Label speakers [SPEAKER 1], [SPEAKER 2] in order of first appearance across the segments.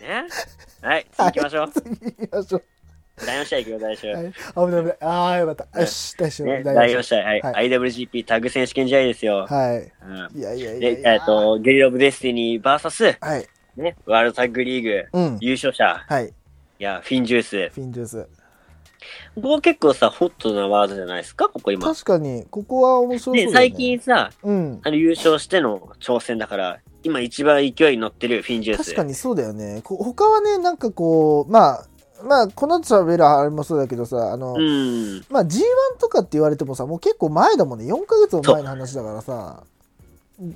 [SPEAKER 1] ね。はい、次行きましょう。
[SPEAKER 2] 次行きましょう。
[SPEAKER 1] 第4試合行くよ、第4試合。
[SPEAKER 2] はい、危ない危ない。ああ、よかった。よし、大丈
[SPEAKER 1] ね、
[SPEAKER 2] 夫。
[SPEAKER 1] 第4
[SPEAKER 2] 夫。
[SPEAKER 1] 試合、はい
[SPEAKER 2] は
[SPEAKER 1] IWGP タッグ選手権試合ですよ。
[SPEAKER 2] はい。
[SPEAKER 1] うん
[SPEAKER 2] いやいやいや
[SPEAKER 1] で
[SPEAKER 2] い、や。
[SPEAKER 1] えっ、と、ゲリラ・オブ・デスティニー VS、
[SPEAKER 2] はい。
[SPEAKER 1] ね、ワールドタッグリーグ、
[SPEAKER 2] うん。
[SPEAKER 1] 優勝者、
[SPEAKER 2] はい。
[SPEAKER 1] いや、フィン・ジュース。
[SPEAKER 2] フィンジュース。
[SPEAKER 1] ここ結構さ、ホットなワードじゃないですか、ここ今。
[SPEAKER 2] 確かに、ここは面白そうだよ
[SPEAKER 1] で、
[SPEAKER 2] ね。
[SPEAKER 1] 最。近さ、
[SPEAKER 2] うん。
[SPEAKER 1] あの優勝しての挑戦だから、今一番勢いに乗ってるフィン・ジュース。
[SPEAKER 2] 確かにそうだよね。こ他はね、なんかこう、まあ、まあ、この後喋るあれもそうだけどさ、あの、
[SPEAKER 1] うん。
[SPEAKER 2] まあ G1 とかって言われてもさ、もう結構前だもんね。4ヶ月も前の話だからさ。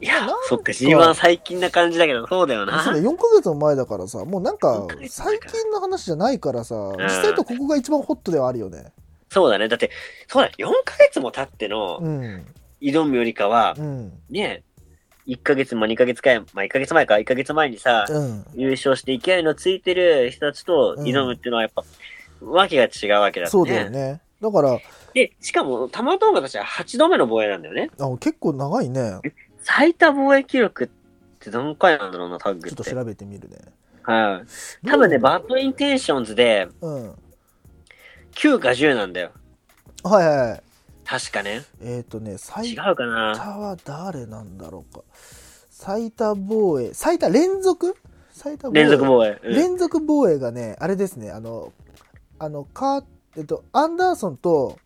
[SPEAKER 1] いや
[SPEAKER 2] なん、
[SPEAKER 1] そっか、G1 最近な感じだけど、そうだよ
[SPEAKER 2] そう
[SPEAKER 1] な
[SPEAKER 2] だ。4ヶ月も前だからさ、もうなんか
[SPEAKER 1] 4ヶ、月前
[SPEAKER 2] 最
[SPEAKER 1] か
[SPEAKER 2] 近の話じゃないからさ、実際とここが一番ホットではあるよね。
[SPEAKER 1] そうだね。だって、そうだ、4ヶ月も経っての
[SPEAKER 2] うん。
[SPEAKER 1] 挑むよりかは、
[SPEAKER 2] うん。
[SPEAKER 1] ね、1ヶ月も2ヶ月か、まあ1ヶ月前か、1ヶ月前にさ、
[SPEAKER 2] うん。
[SPEAKER 1] 優勝して勢いのついてる人たちと挑むっていうのはやっぱ、わけが違うわけだってね。
[SPEAKER 2] そうだよね。だから、
[SPEAKER 1] で、しかも、たまたま私は8度目の防衛なんだよね。
[SPEAKER 2] あ結構長いね。
[SPEAKER 1] 最多防衛記録って何回なんだろうな、タッグっ
[SPEAKER 2] ちょっと
[SPEAKER 1] て。
[SPEAKER 2] 調べてみるね。
[SPEAKER 1] はい。多分ね、バッドインテンションズで
[SPEAKER 2] うん。
[SPEAKER 1] 9か10なんだよ。
[SPEAKER 2] はいはいはい。
[SPEAKER 1] 確かね。
[SPEAKER 2] えっ、とね、
[SPEAKER 1] 違
[SPEAKER 2] 最
[SPEAKER 1] う
[SPEAKER 2] 多
[SPEAKER 1] かな。
[SPEAKER 2] は誰なんだろうか。最多防衛、最多連続最多防衛。
[SPEAKER 1] 連続防衛。うん
[SPEAKER 2] 連続防衛がね、あれですね、あの、あの、カー、えっと、アンダーソンと、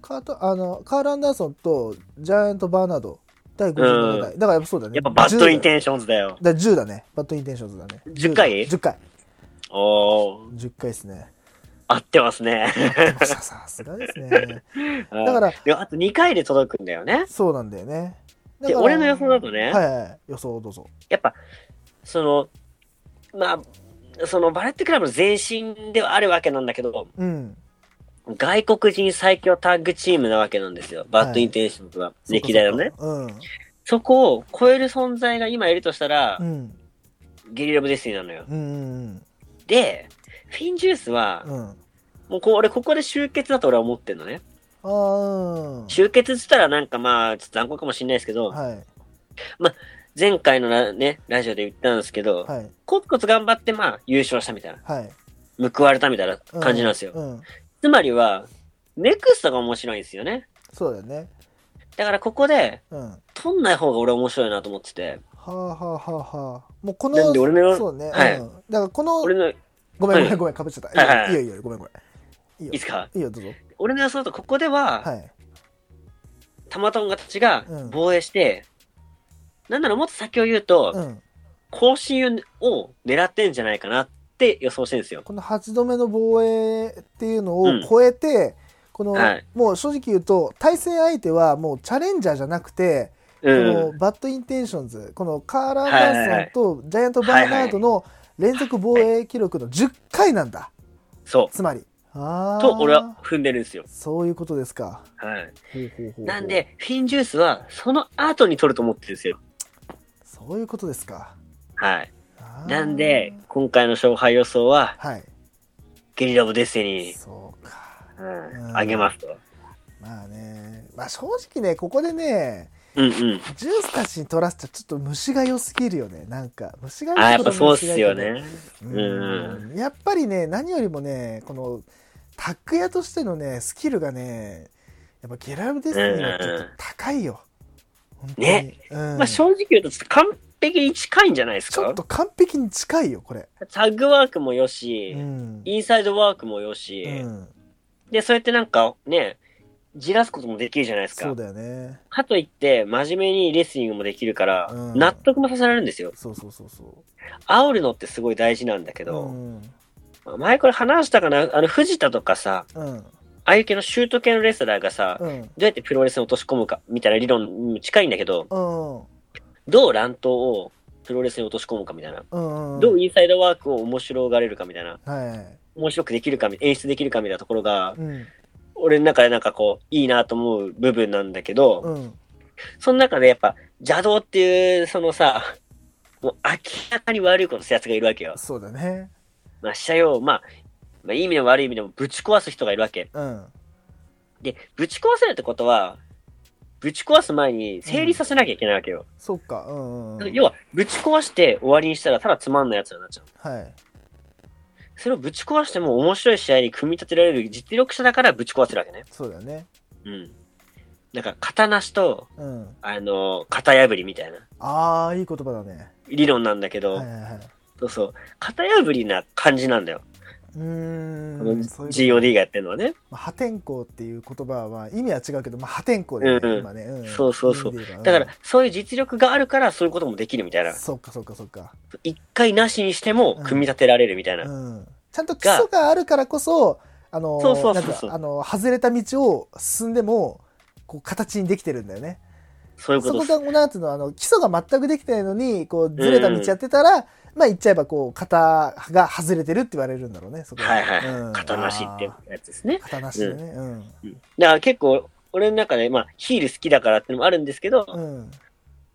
[SPEAKER 2] カート、あの、カール・アンダーソンと、ジャイアント・バーナード、第57代。だからやっぱそうだね。
[SPEAKER 1] やっぱバッドイン
[SPEAKER 2] ン
[SPEAKER 1] テンションズだよ。
[SPEAKER 2] だから10だね。バッドインテンションズだね。
[SPEAKER 1] 10回
[SPEAKER 2] ?10 回。
[SPEAKER 1] おー、
[SPEAKER 2] 10回で すね。
[SPEAKER 1] 合ってますね。
[SPEAKER 2] でもささすがですね。
[SPEAKER 1] だ
[SPEAKER 2] だから、
[SPEAKER 1] あと2回で届くんだよね。
[SPEAKER 2] そうなんだよね。だ
[SPEAKER 1] で、
[SPEAKER 2] から
[SPEAKER 1] 俺の予想だとね、
[SPEAKER 2] はいはいはい。予想どうぞ。
[SPEAKER 1] やっぱ、その、まあ、そのバレットクラブの前身ではあるわけなんだけど、
[SPEAKER 2] うん。
[SPEAKER 1] 外国人最強タッグチームなわけなんですよ。バッドインテンションズは、歴代のね。
[SPEAKER 2] そっか。
[SPEAKER 1] そこを超える存在が今いるとしたら、
[SPEAKER 2] うん。うん。
[SPEAKER 1] ゲリラ・オブ・デスティニーなのよ。
[SPEAKER 2] うんうん
[SPEAKER 1] で、フィン・ジュースは
[SPEAKER 2] う、ん。うん。
[SPEAKER 1] もうこう俺ここで終結だと俺は思ってんのね。
[SPEAKER 2] ああ。
[SPEAKER 1] 終結っつったらなんかまあ、ちょっと残酷かもしれないですけど、
[SPEAKER 2] はい。
[SPEAKER 1] 前回のラ,、ね、ラジオで言ったんですけど、
[SPEAKER 2] はい。
[SPEAKER 1] コツコツ頑張ってまあ優勝したみたい
[SPEAKER 2] はい。
[SPEAKER 1] な、報われたみたいな感じなんですよ。
[SPEAKER 2] うん。うん
[SPEAKER 1] つまりは、ネクストが面白いんですよね。
[SPEAKER 2] そうだよね。
[SPEAKER 1] だからここで、
[SPEAKER 2] うん。は
[SPEAKER 1] 取んない方が俺面白いなと思ってて、
[SPEAKER 2] あはあはあはあ。もうこの、
[SPEAKER 1] なんで俺の
[SPEAKER 2] そうね。
[SPEAKER 1] はい
[SPEAKER 2] うん。だからこの、
[SPEAKER 1] 俺の、い
[SPEAKER 2] ごめんご
[SPEAKER 1] は
[SPEAKER 2] めん
[SPEAKER 1] い
[SPEAKER 2] ごめん、かぶっちゃっ
[SPEAKER 1] はい
[SPEAKER 2] た。
[SPEAKER 1] はい
[SPEAKER 2] いいよいいよ、ごめんごめ
[SPEAKER 1] い
[SPEAKER 2] ん。いいよ
[SPEAKER 1] で。すか
[SPEAKER 2] いいよ、どうぞ。
[SPEAKER 1] 俺の予想だとここでは、
[SPEAKER 2] はい。
[SPEAKER 1] たまたまたちが
[SPEAKER 2] うん
[SPEAKER 1] 防衛して、なんならもっと先を言うと、
[SPEAKER 2] うん。
[SPEAKER 1] 更新を狙ってんじゃないかなって予想してるんですよ。
[SPEAKER 2] この8度目の防衛っていうのを
[SPEAKER 1] うん
[SPEAKER 2] 超えて、この
[SPEAKER 1] はい、
[SPEAKER 2] もう正直言うと、対戦相手はもうチャレンジャーじゃなくて、
[SPEAKER 1] う
[SPEAKER 2] こ
[SPEAKER 1] ん
[SPEAKER 2] の。バッドインテンションズ、このカーラ・アン
[SPEAKER 1] はいはいは
[SPEAKER 2] ダー
[SPEAKER 1] い
[SPEAKER 2] ソンとジャイアント・バーナードの連続防衛記録の10回なんだ。
[SPEAKER 1] そ
[SPEAKER 2] つまり。あ
[SPEAKER 1] う。
[SPEAKER 2] あ。
[SPEAKER 1] と、俺は。踏んでるんですよ。
[SPEAKER 2] そういうことですか。
[SPEAKER 1] はい。
[SPEAKER 2] ほうほうほうほう
[SPEAKER 1] なんで、フィンジュースは、その後に取ると思ってるんですよ。
[SPEAKER 2] そういうことですか。
[SPEAKER 1] はい。
[SPEAKER 2] あー
[SPEAKER 1] なんで、今回の勝敗予想は、
[SPEAKER 2] はい。
[SPEAKER 1] ゲリラ・オブ・デスティニー、
[SPEAKER 2] そうか。
[SPEAKER 1] うん
[SPEAKER 2] うん
[SPEAKER 1] あげますと。
[SPEAKER 2] まあね、まあ正直ね、ここでね、
[SPEAKER 1] うんうん。
[SPEAKER 2] ジュースたちに取らせちゃちょっと虫が良すぎるよね。なんか、虫が良
[SPEAKER 1] あやっ
[SPEAKER 2] ほど
[SPEAKER 1] ぱそうっすよ
[SPEAKER 2] 虫が良
[SPEAKER 1] ね。
[SPEAKER 2] くない。うん。やっぱりね、何よりもね、この、タック屋としてのね、スキルがね、やっぱゲラムデスティニーはちょっと高いよ。本当に
[SPEAKER 1] ね。
[SPEAKER 2] うん。
[SPEAKER 1] まあ正直言うと、ちょっと完璧に近いんじゃないです
[SPEAKER 2] ちょ
[SPEAKER 1] か
[SPEAKER 2] っと完璧に近いよ、これ。
[SPEAKER 1] タッグワークもよ
[SPEAKER 2] う
[SPEAKER 1] し、
[SPEAKER 2] ん。
[SPEAKER 1] インサイドワークもよし、
[SPEAKER 2] うん。
[SPEAKER 1] で、そうやってなんかね、じらすこともできるじゃないです
[SPEAKER 2] そ
[SPEAKER 1] か
[SPEAKER 2] う。だよね。
[SPEAKER 1] かといって、真面目にレスリングもできるから、
[SPEAKER 2] うん
[SPEAKER 1] 納得もさせられるんですよ。
[SPEAKER 2] そうそうそうそう。
[SPEAKER 1] 煽るのってすごい大事なんだけ
[SPEAKER 2] う
[SPEAKER 1] ど、
[SPEAKER 2] ん
[SPEAKER 1] まあ前これ話したかな、あの、藤田とかさ、
[SPEAKER 2] うん
[SPEAKER 1] ああいう系のシュート系のレスラーがさ、
[SPEAKER 2] うん
[SPEAKER 1] どうやってプロレスに落とし込むか、みたいな理論に近いんだけど、
[SPEAKER 2] うん
[SPEAKER 1] どう乱闘をプロレスに落とし込むかみたいな。
[SPEAKER 2] うん
[SPEAKER 1] どうインサイドワークを面白がれるかみたいな。
[SPEAKER 2] はい
[SPEAKER 1] 面白くできるかみ、演出できるかみたいなところが、
[SPEAKER 2] うん
[SPEAKER 1] 俺の中でなんかこう、いいなと思う部分なんだけど、
[SPEAKER 2] うん
[SPEAKER 1] その中でやっぱ、邪道っていう、そのさ、もう明らかに悪いことするやつがいるわけよ。
[SPEAKER 2] そうだね
[SPEAKER 1] まあ、試合を、まあ、まあ、いい意味でも悪い意味でもぶち壊す人がいるわけ。
[SPEAKER 2] うん
[SPEAKER 1] で、ぶち壊せるってことは、ぶち壊す前に整理させなきゃいけないわけよ。
[SPEAKER 2] そっかうんうんうん
[SPEAKER 1] 要は、ぶち壊して終わりにしたらただつまんないやつになっちゃう。
[SPEAKER 2] はい
[SPEAKER 1] それをぶち壊しても面白い試合に組み立てられる実力者だからぶち壊せるわけね。
[SPEAKER 2] そうだよね
[SPEAKER 1] うん。なんか、型なしと、
[SPEAKER 2] うん
[SPEAKER 1] あの、型破りみたいな
[SPEAKER 2] ああいい言葉だね
[SPEAKER 1] 理論なんだけど、
[SPEAKER 2] はいはいはい
[SPEAKER 1] そうそう、型破りな感じなんだよ。
[SPEAKER 2] う
[SPEAKER 1] あ
[SPEAKER 2] ー
[SPEAKER 1] の
[SPEAKER 2] んそういうこと
[SPEAKER 1] GOD がやってるのはね。
[SPEAKER 2] まあ破天荒っていう言葉は意味は違うけど、まあ、破天荒だよね、
[SPEAKER 1] うんうん
[SPEAKER 2] 今ね、うん、
[SPEAKER 1] そうそうそう
[SPEAKER 2] 意味で言えば
[SPEAKER 1] だから、そういう実力があるから、そういうこともできるみたい
[SPEAKER 2] うん
[SPEAKER 1] な。
[SPEAKER 2] そっかそっかそっか、
[SPEAKER 1] 一回なしにしても、組み立てられるみたいな。
[SPEAKER 2] うん、ちゃんと基礎があるからこそあの
[SPEAKER 1] そうそうそ
[SPEAKER 2] なん
[SPEAKER 1] うそう
[SPEAKER 2] かあの外れた道を進んでもこう形にできてるんだよね
[SPEAKER 1] そういうこ
[SPEAKER 2] そ
[SPEAKER 1] と
[SPEAKER 2] こ
[SPEAKER 1] です。
[SPEAKER 2] がなんていうのあの基礎が全くできてないのにこうずれた道やってたら、まあ言っちゃえばこう型が外れてるって言われるんだろうねそこ
[SPEAKER 1] はいはいは
[SPEAKER 2] うん
[SPEAKER 1] い。型なしってやつですね。
[SPEAKER 2] 型なしでねうん
[SPEAKER 1] うんだから結構、俺の中で、まあ、ヒール好きだからってのもあるんですけど、
[SPEAKER 2] うん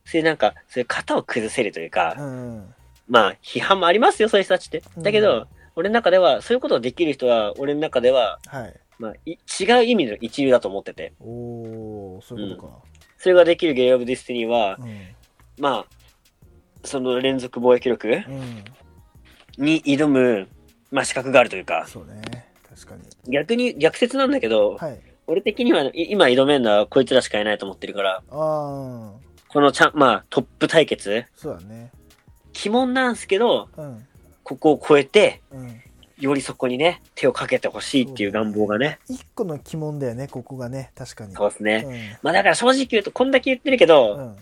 [SPEAKER 1] そういうなんか、そういう型を崩せるという
[SPEAKER 2] う
[SPEAKER 1] か、
[SPEAKER 2] ん
[SPEAKER 1] まあ、批判もありますよ、そういう人たちって。だけ
[SPEAKER 2] う
[SPEAKER 1] ど
[SPEAKER 2] ん、
[SPEAKER 1] 俺の中では、そういうことをできる人は、俺の中では、
[SPEAKER 2] はい
[SPEAKER 1] まあ、い違う意味の一流だと思ってて、
[SPEAKER 2] おーそういうことか、
[SPEAKER 1] それができるゲイオブディスティニーは
[SPEAKER 2] う、ん
[SPEAKER 1] まあ、その連続貿易力
[SPEAKER 2] うん、
[SPEAKER 1] に挑む、まあ、資格があるというか、
[SPEAKER 2] そうね確かに
[SPEAKER 1] 逆に、逆説なんだけど、
[SPEAKER 2] はい
[SPEAKER 1] 俺的には、い今挑めるのはこいつらしかいないと思ってるから、
[SPEAKER 2] ああ
[SPEAKER 1] このちゃん、まあ、トップ対決、
[SPEAKER 2] そうだね
[SPEAKER 1] 鬼門なんですけど、
[SPEAKER 2] うん
[SPEAKER 1] ここを超えて、
[SPEAKER 2] うん
[SPEAKER 1] よりそこにね、手をかけてほしいっていう願望がね、
[SPEAKER 2] 一個の鬼門だよねここがね確かに
[SPEAKER 1] そうですね。
[SPEAKER 2] う
[SPEAKER 1] まあだから正直言うと、こんだけ言ってるけど、
[SPEAKER 2] ん、うん、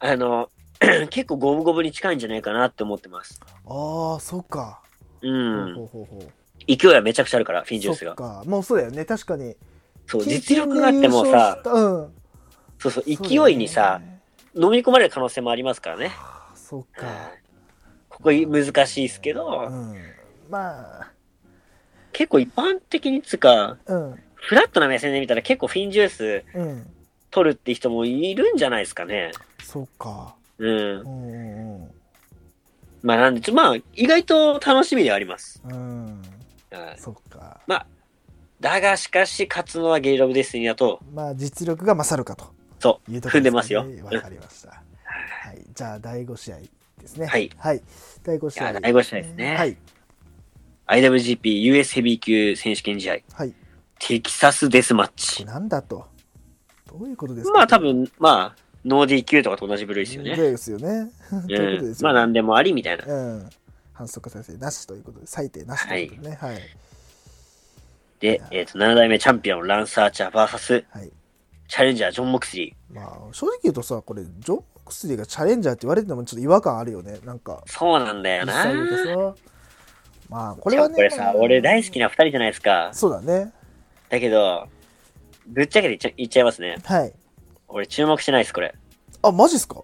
[SPEAKER 1] あの、 結構五分五分に近いんじゃないかなって思ってます。
[SPEAKER 2] ああそうか、
[SPEAKER 1] う
[SPEAKER 2] ほ
[SPEAKER 1] ん。
[SPEAKER 2] うほうほうほう
[SPEAKER 1] 勢いはめちゃくちゃあるから、フィンジュース
[SPEAKER 2] そっ
[SPEAKER 1] が。
[SPEAKER 2] かもうそうだよね確かに
[SPEAKER 1] そう、実力があってもさ、
[SPEAKER 2] うん
[SPEAKER 1] そうそう、
[SPEAKER 2] そうだよね
[SPEAKER 1] 勢いにさ、飲み込まれる可能性もありますからね。
[SPEAKER 2] あそっか
[SPEAKER 1] ここ難しいですけ
[SPEAKER 2] う
[SPEAKER 1] ど、
[SPEAKER 2] んまあ
[SPEAKER 1] 結構一般的につうか、
[SPEAKER 2] うん
[SPEAKER 1] フラットな目線で見たら結構フィンジュース
[SPEAKER 2] うん
[SPEAKER 1] 取るって人もいるんじゃないですかね。
[SPEAKER 2] そっか
[SPEAKER 1] うん
[SPEAKER 2] う。んうん
[SPEAKER 1] まあなんで、ちょまあ意外と楽しみではあります。
[SPEAKER 2] うんうん
[SPEAKER 1] はい
[SPEAKER 2] そっか
[SPEAKER 1] だがしかし、勝つのはゲイロブデスティニーだと、
[SPEAKER 2] まあ実力が勝るかと
[SPEAKER 1] そ
[SPEAKER 2] いうところ
[SPEAKER 1] 踏んでますよ
[SPEAKER 2] ねわかりましたはいじゃあ第五試合ですね
[SPEAKER 1] はい
[SPEAKER 2] 第五
[SPEAKER 1] う。い
[SPEAKER 2] 試
[SPEAKER 1] や
[SPEAKER 2] 合
[SPEAKER 1] 第5試合ですね。
[SPEAKER 2] はい。
[SPEAKER 1] IWGP US ヘビー級選手権試合、
[SPEAKER 2] はい
[SPEAKER 1] テキサスデスマッ
[SPEAKER 2] これ
[SPEAKER 1] チ。
[SPEAKER 2] なんだとどういうことですか
[SPEAKER 1] まあ多分、まあ、ノーディー級とかと同じ部類ですよね。
[SPEAKER 2] ですよね。ということ
[SPEAKER 1] う
[SPEAKER 2] で
[SPEAKER 1] ん
[SPEAKER 2] すよ
[SPEAKER 1] まあ何でもありみたいな。
[SPEAKER 2] うん。反則再生なしということで、最低なしということでね。はい。
[SPEAKER 1] で、えっ、と、7代目チャンピオン、ランサーチャー VS、
[SPEAKER 2] はい。
[SPEAKER 1] チャレンジャー、ジョン・モクスリー。
[SPEAKER 2] まあ、正直言うとさ、これ、ジョン・モクスリーがチャレンジャーって言われててもちょっと違和感あるよね。なんか、
[SPEAKER 1] そうなんだよ
[SPEAKER 2] 実
[SPEAKER 1] な。
[SPEAKER 2] 際言う
[SPEAKER 1] し
[SPEAKER 2] とさ。まあ、これ
[SPEAKER 1] か
[SPEAKER 2] は
[SPEAKER 1] も
[SPEAKER 2] ね。
[SPEAKER 1] これさ、俺大好きな二人じゃないですか。
[SPEAKER 2] そうだね。
[SPEAKER 1] だけど、ぶっちゃけて言っちゃ言っちゃいますね。
[SPEAKER 2] はい。
[SPEAKER 1] 俺注目してないです、これ。
[SPEAKER 2] あ、マジっすか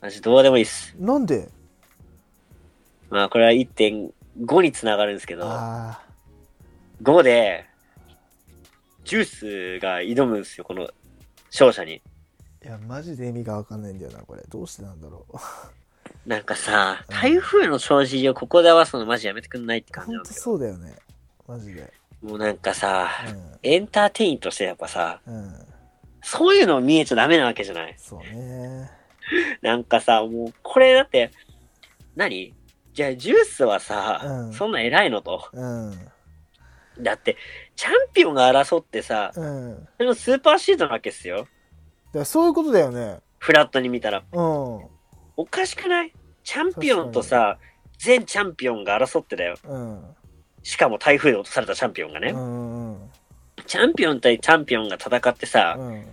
[SPEAKER 1] 私どうでもいいっす。
[SPEAKER 2] なんで
[SPEAKER 1] まあこれは1.5につながるんですけど、
[SPEAKER 2] あ
[SPEAKER 1] 5で、ジュースが挑むんですよ、この勝者に。
[SPEAKER 2] あ。いや、マジで意味がわかんないんだよな、これ。どうしてなんだろう。
[SPEAKER 1] なんかさ、台風の正直をここで合わすのマジやめてくんないって感じ
[SPEAKER 2] ほ
[SPEAKER 1] なん
[SPEAKER 2] ん
[SPEAKER 1] だ
[SPEAKER 2] と
[SPEAKER 1] け
[SPEAKER 2] そうだよね。マジで。
[SPEAKER 1] ど。もうなんかさ、
[SPEAKER 2] う
[SPEAKER 1] エンターテインとしてやっぱさ、
[SPEAKER 2] ん。うん。
[SPEAKER 1] そういうの見えちゃダメなわけじゃない
[SPEAKER 2] そうね。
[SPEAKER 1] なんかさ、もうこれだって、何じゃあジュースはさ、
[SPEAKER 2] うん
[SPEAKER 1] そんな偉いのと。
[SPEAKER 2] うん。
[SPEAKER 1] だって、チャンピオンが争ってさ、
[SPEAKER 2] うん。
[SPEAKER 1] それもスーパーシートなわけっすよ。
[SPEAKER 2] だからそういうことだよね。
[SPEAKER 1] フラットに見たら。
[SPEAKER 2] うん。
[SPEAKER 1] おかしくないチャンピオンとさ、全チャンピオンが争ってだよ。
[SPEAKER 2] うん。
[SPEAKER 1] しかも台風で落とされたチャンピオンがね。
[SPEAKER 2] うん。うん。
[SPEAKER 1] チャンピオン対チャンピオンが戦ってさ、
[SPEAKER 2] うん。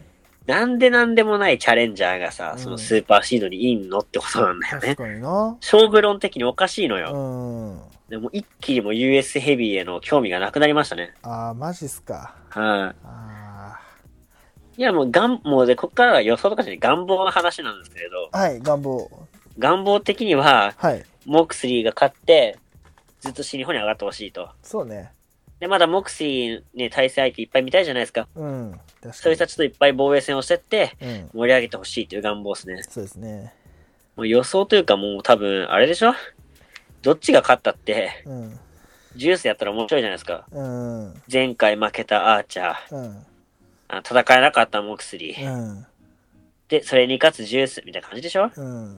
[SPEAKER 1] なんでなんでもないチャレンジャーがさ
[SPEAKER 2] う、ん
[SPEAKER 1] そのスーパーシードにいんのってことなんだよ
[SPEAKER 2] 確
[SPEAKER 1] ね。
[SPEAKER 2] かにな。
[SPEAKER 1] 勝負論的におかしいの
[SPEAKER 2] う
[SPEAKER 1] よ。
[SPEAKER 2] ん。
[SPEAKER 1] でも一気にもう US ヘビーへの興味がなくなりましたね。
[SPEAKER 2] ああ、マジっすか。
[SPEAKER 1] は
[SPEAKER 2] あ
[SPEAKER 1] い。いやもう願、もうで、こっからは予想とかじゃない願望の話なんですけれど、
[SPEAKER 2] あ。はい、願望。
[SPEAKER 1] 願望的には、
[SPEAKER 2] はい。
[SPEAKER 1] モクスリーが勝って、ずっと新日本に上がってほしいと。
[SPEAKER 2] そうね。
[SPEAKER 1] で、まだモクスリーね、対戦相手いっぱい見たいじゃないですか。
[SPEAKER 2] うん。確
[SPEAKER 1] そ
[SPEAKER 2] か
[SPEAKER 1] ういう
[SPEAKER 2] に
[SPEAKER 1] 人。たちといっぱい防衛戦をしてって、
[SPEAKER 2] うん。
[SPEAKER 1] 盛り上げてほしいという願望ですね。
[SPEAKER 2] そうですね。
[SPEAKER 1] もう予想というかもう多分、あれでしょどっちが勝ったって、
[SPEAKER 2] うん。
[SPEAKER 1] ジュースやったら面白いじゃないですか。
[SPEAKER 2] うん。うん。
[SPEAKER 1] 前回負けたアーチャー、
[SPEAKER 2] うん。
[SPEAKER 1] あ戦えなかったモクスリー、
[SPEAKER 2] うん。
[SPEAKER 1] で、それに勝つジュースみたいな感じでしょ
[SPEAKER 2] うん。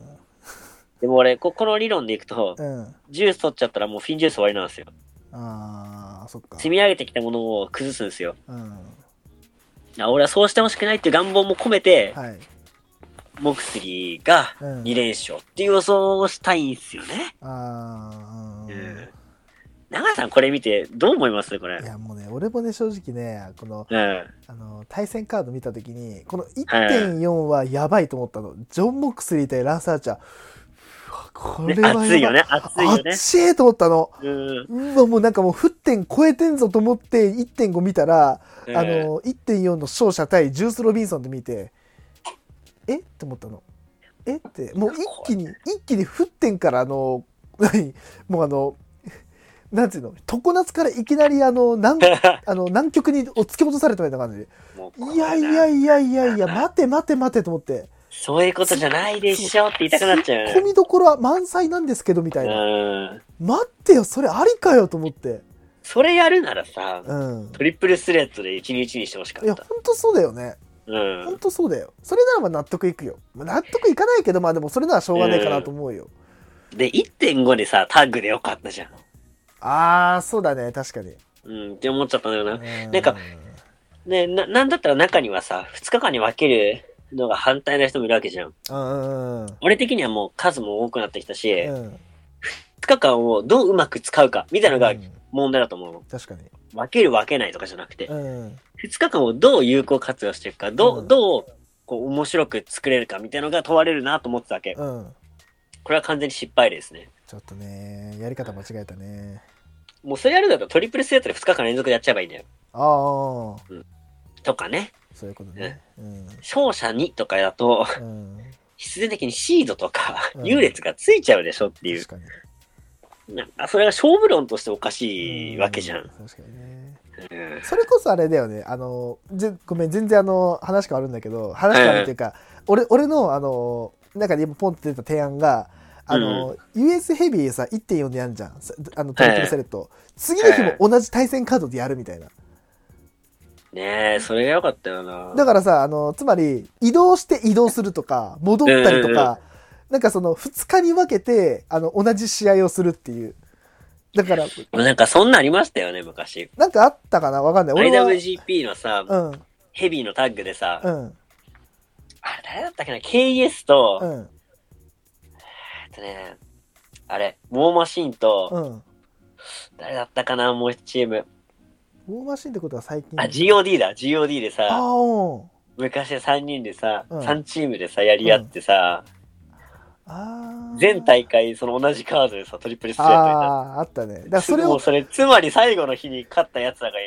[SPEAKER 1] でも俺、ここの理論でいくと、
[SPEAKER 2] うん。
[SPEAKER 1] ジュース取っちゃったらもうフィンジュース終わりなんですよ。
[SPEAKER 2] ああ、そっか。
[SPEAKER 1] 積み上げてきたものを崩すんですよ。
[SPEAKER 2] うん。は
[SPEAKER 1] あ俺はそうしてほしくないっていう願望も込めて、
[SPEAKER 2] い。
[SPEAKER 1] モクスリーが
[SPEAKER 2] うん
[SPEAKER 1] 2連勝っていう予想をしたいんですよね。
[SPEAKER 2] ああ、
[SPEAKER 1] うん
[SPEAKER 2] う。
[SPEAKER 1] 長さんこれ見てどう思いますこれ
[SPEAKER 2] ん。い。や、もうね、俺もね、正直ね、この、
[SPEAKER 1] うん。
[SPEAKER 2] あの、対戦カード見たときに、この
[SPEAKER 1] はい
[SPEAKER 2] 1.4はやばいと思ったの。ジョン・モックスリー対ランス・アーチャー。うわこ
[SPEAKER 1] ね
[SPEAKER 2] れはやば
[SPEAKER 1] 熱いよね。熱いよね。
[SPEAKER 2] 熱いと思ったの。
[SPEAKER 1] うん。
[SPEAKER 2] うわ、もうなんかもう沸点超えてんぞと思って1.5見たら、あの、1.4の勝者対ジュース・ロビンソンで見て、えって思ったの。えって、もう一気に、一気に沸点から、あの、何もうあの、なんていうの常夏からいきなりあの、南 あの南極にお突き落とされたみたいな感じ。
[SPEAKER 1] もうこ
[SPEAKER 2] い
[SPEAKER 1] れ
[SPEAKER 2] や
[SPEAKER 1] ない
[SPEAKER 2] やいやいやいや、待て待て待てと思って、
[SPEAKER 1] そういうことじゃないでしょって言いたくなっちゃう
[SPEAKER 2] 突っ込みどころは満載なんですけどみたいな。
[SPEAKER 1] よね。うん。
[SPEAKER 2] 待ってよ、それありかよと思って。
[SPEAKER 1] それやるならさ、
[SPEAKER 2] うん。
[SPEAKER 1] トリプルスレッドで1日にしてほしか
[SPEAKER 2] いや、
[SPEAKER 1] っ
[SPEAKER 2] ほ
[SPEAKER 1] た。
[SPEAKER 2] んとそうだよね。
[SPEAKER 1] う
[SPEAKER 2] ほん
[SPEAKER 1] ん。
[SPEAKER 2] とそうだよ。それならまあ納得いくよ。まあ納得いかないけど、まあでもそれならしょうがないかなと思うよ。
[SPEAKER 1] で、1.5でさ、タッグでよかったじゃん。
[SPEAKER 2] あー、そうだね、確かに。
[SPEAKER 1] うん。って思っちゃったんだよな。
[SPEAKER 2] な
[SPEAKER 1] なんか、ね、な、なんだったら中にはさ、2日間に分けるのが反対な人もいるわけじゃん。
[SPEAKER 2] うんうん
[SPEAKER 1] 俺的にはもう数も多くなってきたし、
[SPEAKER 2] う
[SPEAKER 1] 2
[SPEAKER 2] ん。
[SPEAKER 1] 日間をどううまく使うか、みたいなの
[SPEAKER 2] う
[SPEAKER 1] が
[SPEAKER 2] ん
[SPEAKER 1] 問題だと思うの。
[SPEAKER 2] 確かに。
[SPEAKER 1] 分ける分けないとかじゃなくて、
[SPEAKER 2] うん。
[SPEAKER 1] 2日間をどう有効活用していくか、ど
[SPEAKER 2] う
[SPEAKER 1] う、
[SPEAKER 2] ん
[SPEAKER 1] どう、こう、面白く作れるかみたいなのが問われるなと思ってたわけ。
[SPEAKER 2] うん。
[SPEAKER 1] これは完全に失敗例ですね。
[SPEAKER 2] ちょっとね、やり方間違えたね。
[SPEAKER 1] もうそれやるんだったらトリプルスレッドで2日間連続でやっちゃえばいいんだよ。
[SPEAKER 2] あー、
[SPEAKER 1] とかね。
[SPEAKER 2] そういうことね。うん。
[SPEAKER 1] 勝者2とかだと、
[SPEAKER 2] うん。
[SPEAKER 1] 必然的にシードとか、
[SPEAKER 2] うん
[SPEAKER 1] 優劣がついちゃうでしょっていう
[SPEAKER 2] 確。かに。
[SPEAKER 1] なんか、それが勝負論としておかしいわけじゃ。
[SPEAKER 2] うん確かにね。
[SPEAKER 1] うん。
[SPEAKER 2] それこそあれだよね。あの、ぜごめん、全然あの、話変わるんだけど、話変わるっていうか、俺、俺の、あの、中で今ポンって出た提案が、あの、US ヘビーさ、1.4でやんじゃん。さあの、トリプルセレット。次の日も同じ対戦カードでやるみたいな。
[SPEAKER 1] ねえ、それが良かったよな。
[SPEAKER 2] だからさ、あの、つまり、移動して移動するとか、戻ったりとか、なんかその、2日に分けて、あの、同じ試合をするっていう。だから、
[SPEAKER 1] なんかそんなんありましたよね、昔。
[SPEAKER 2] なんかあったかなわかんない。俺は、
[SPEAKER 1] IWGP のさ、
[SPEAKER 2] うん、
[SPEAKER 1] ヘビーのタッグでさ、
[SPEAKER 2] うん、
[SPEAKER 1] あれ誰だったっけな、KES と、
[SPEAKER 2] うん、
[SPEAKER 1] えっとね、あれ、ウォーマシーンと、
[SPEAKER 2] うん。
[SPEAKER 1] 誰だったかな、もう一チーム。
[SPEAKER 2] ウォーマシンってことは最近。
[SPEAKER 1] あ、GOD だ、GOD で
[SPEAKER 2] あ
[SPEAKER 1] さ、
[SPEAKER 2] あ、うん
[SPEAKER 1] 昔3人でさ、
[SPEAKER 2] うん
[SPEAKER 1] 3チームでさ、やり合ってさ、
[SPEAKER 2] あー
[SPEAKER 1] 全大会その同じカードでさ、トリプルスチェー
[SPEAKER 2] ああ、あったね。だか
[SPEAKER 1] ト
[SPEAKER 2] らそれ
[SPEAKER 1] も
[SPEAKER 2] を
[SPEAKER 1] うそれ、つまり最後の日に勝ったやつらが、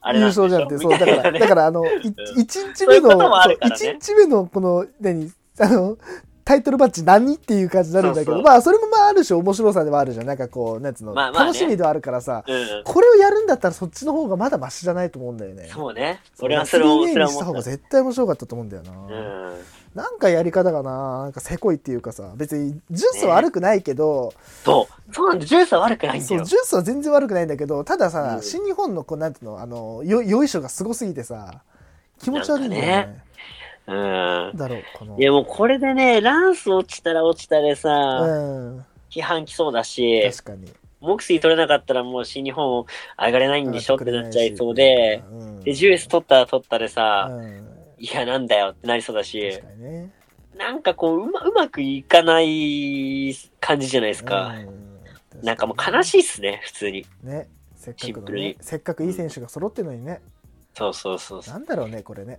[SPEAKER 1] あれ
[SPEAKER 2] 優
[SPEAKER 1] なんでしょ
[SPEAKER 2] 勝じゃんって、そう、
[SPEAKER 1] みた
[SPEAKER 2] だか
[SPEAKER 1] いな
[SPEAKER 2] ら、
[SPEAKER 1] ね
[SPEAKER 2] だからあの、い
[SPEAKER 1] うん
[SPEAKER 2] 一日目の、
[SPEAKER 1] そういうこともあるからね
[SPEAKER 2] そう一日目のこの、何、あの、タイトルバッジ何っていう感じになるんだけ
[SPEAKER 1] そ
[SPEAKER 2] ど、
[SPEAKER 1] うそう
[SPEAKER 2] まあ、それもまあ、ある種面白さではあるじゃん。なんかこう、なんつうの、
[SPEAKER 1] まあまあね
[SPEAKER 2] 楽しみではあるからさ、
[SPEAKER 1] うん。
[SPEAKER 2] これをやるんだったらそっちの方がまだマシじゃないと思うんだよね。
[SPEAKER 1] そうね。俺はそれを、
[SPEAKER 2] 3
[SPEAKER 1] そ
[SPEAKER 2] 名
[SPEAKER 1] れ
[SPEAKER 2] に
[SPEAKER 1] は
[SPEAKER 2] した方
[SPEAKER 1] 思
[SPEAKER 2] が
[SPEAKER 1] った。
[SPEAKER 2] 絶対面白かったと思うんだよな。
[SPEAKER 1] うん。
[SPEAKER 2] なんかやり方がな、なんかせこいっていうかさ、別にジュースは悪くないけど、
[SPEAKER 1] そう。そうなんだ、ジュースは悪くないんだ
[SPEAKER 2] そう
[SPEAKER 1] よ。
[SPEAKER 2] ジュースは全然悪くないんだけどたださ、
[SPEAKER 1] うん
[SPEAKER 2] 新日本のこうなんていうのあのよよいしょがすごすぎてさ気持ち悪いんだよね
[SPEAKER 1] なんうん。
[SPEAKER 2] だろうこの
[SPEAKER 1] いやもうこれでね、ランス落ちたら落ちたでさ、
[SPEAKER 2] うん
[SPEAKER 1] 批判来そうだし、
[SPEAKER 2] 確かに
[SPEAKER 1] モクスリー取れなかったらもう新日本上がれないんでしょってなっちゃいそうで、
[SPEAKER 2] うん
[SPEAKER 1] で、ジュース取ったら取ったで
[SPEAKER 2] う
[SPEAKER 1] さ、
[SPEAKER 2] ん
[SPEAKER 1] いやなんだよってなりそうだし
[SPEAKER 2] 確、かにね
[SPEAKER 1] なんかこううま、うまくいかない感じじゃないですか。
[SPEAKER 2] う
[SPEAKER 1] なんかもう悲
[SPEAKER 2] い
[SPEAKER 1] しいっすね、普通に。
[SPEAKER 2] ねせっ
[SPEAKER 1] シ
[SPEAKER 2] か
[SPEAKER 1] ン
[SPEAKER 2] く
[SPEAKER 1] プ
[SPEAKER 2] の
[SPEAKER 1] ル
[SPEAKER 2] ね
[SPEAKER 1] に
[SPEAKER 2] せっかくいい選手が揃ってるのにね、
[SPEAKER 1] そうそうそうそう。
[SPEAKER 2] なんだろうねこれね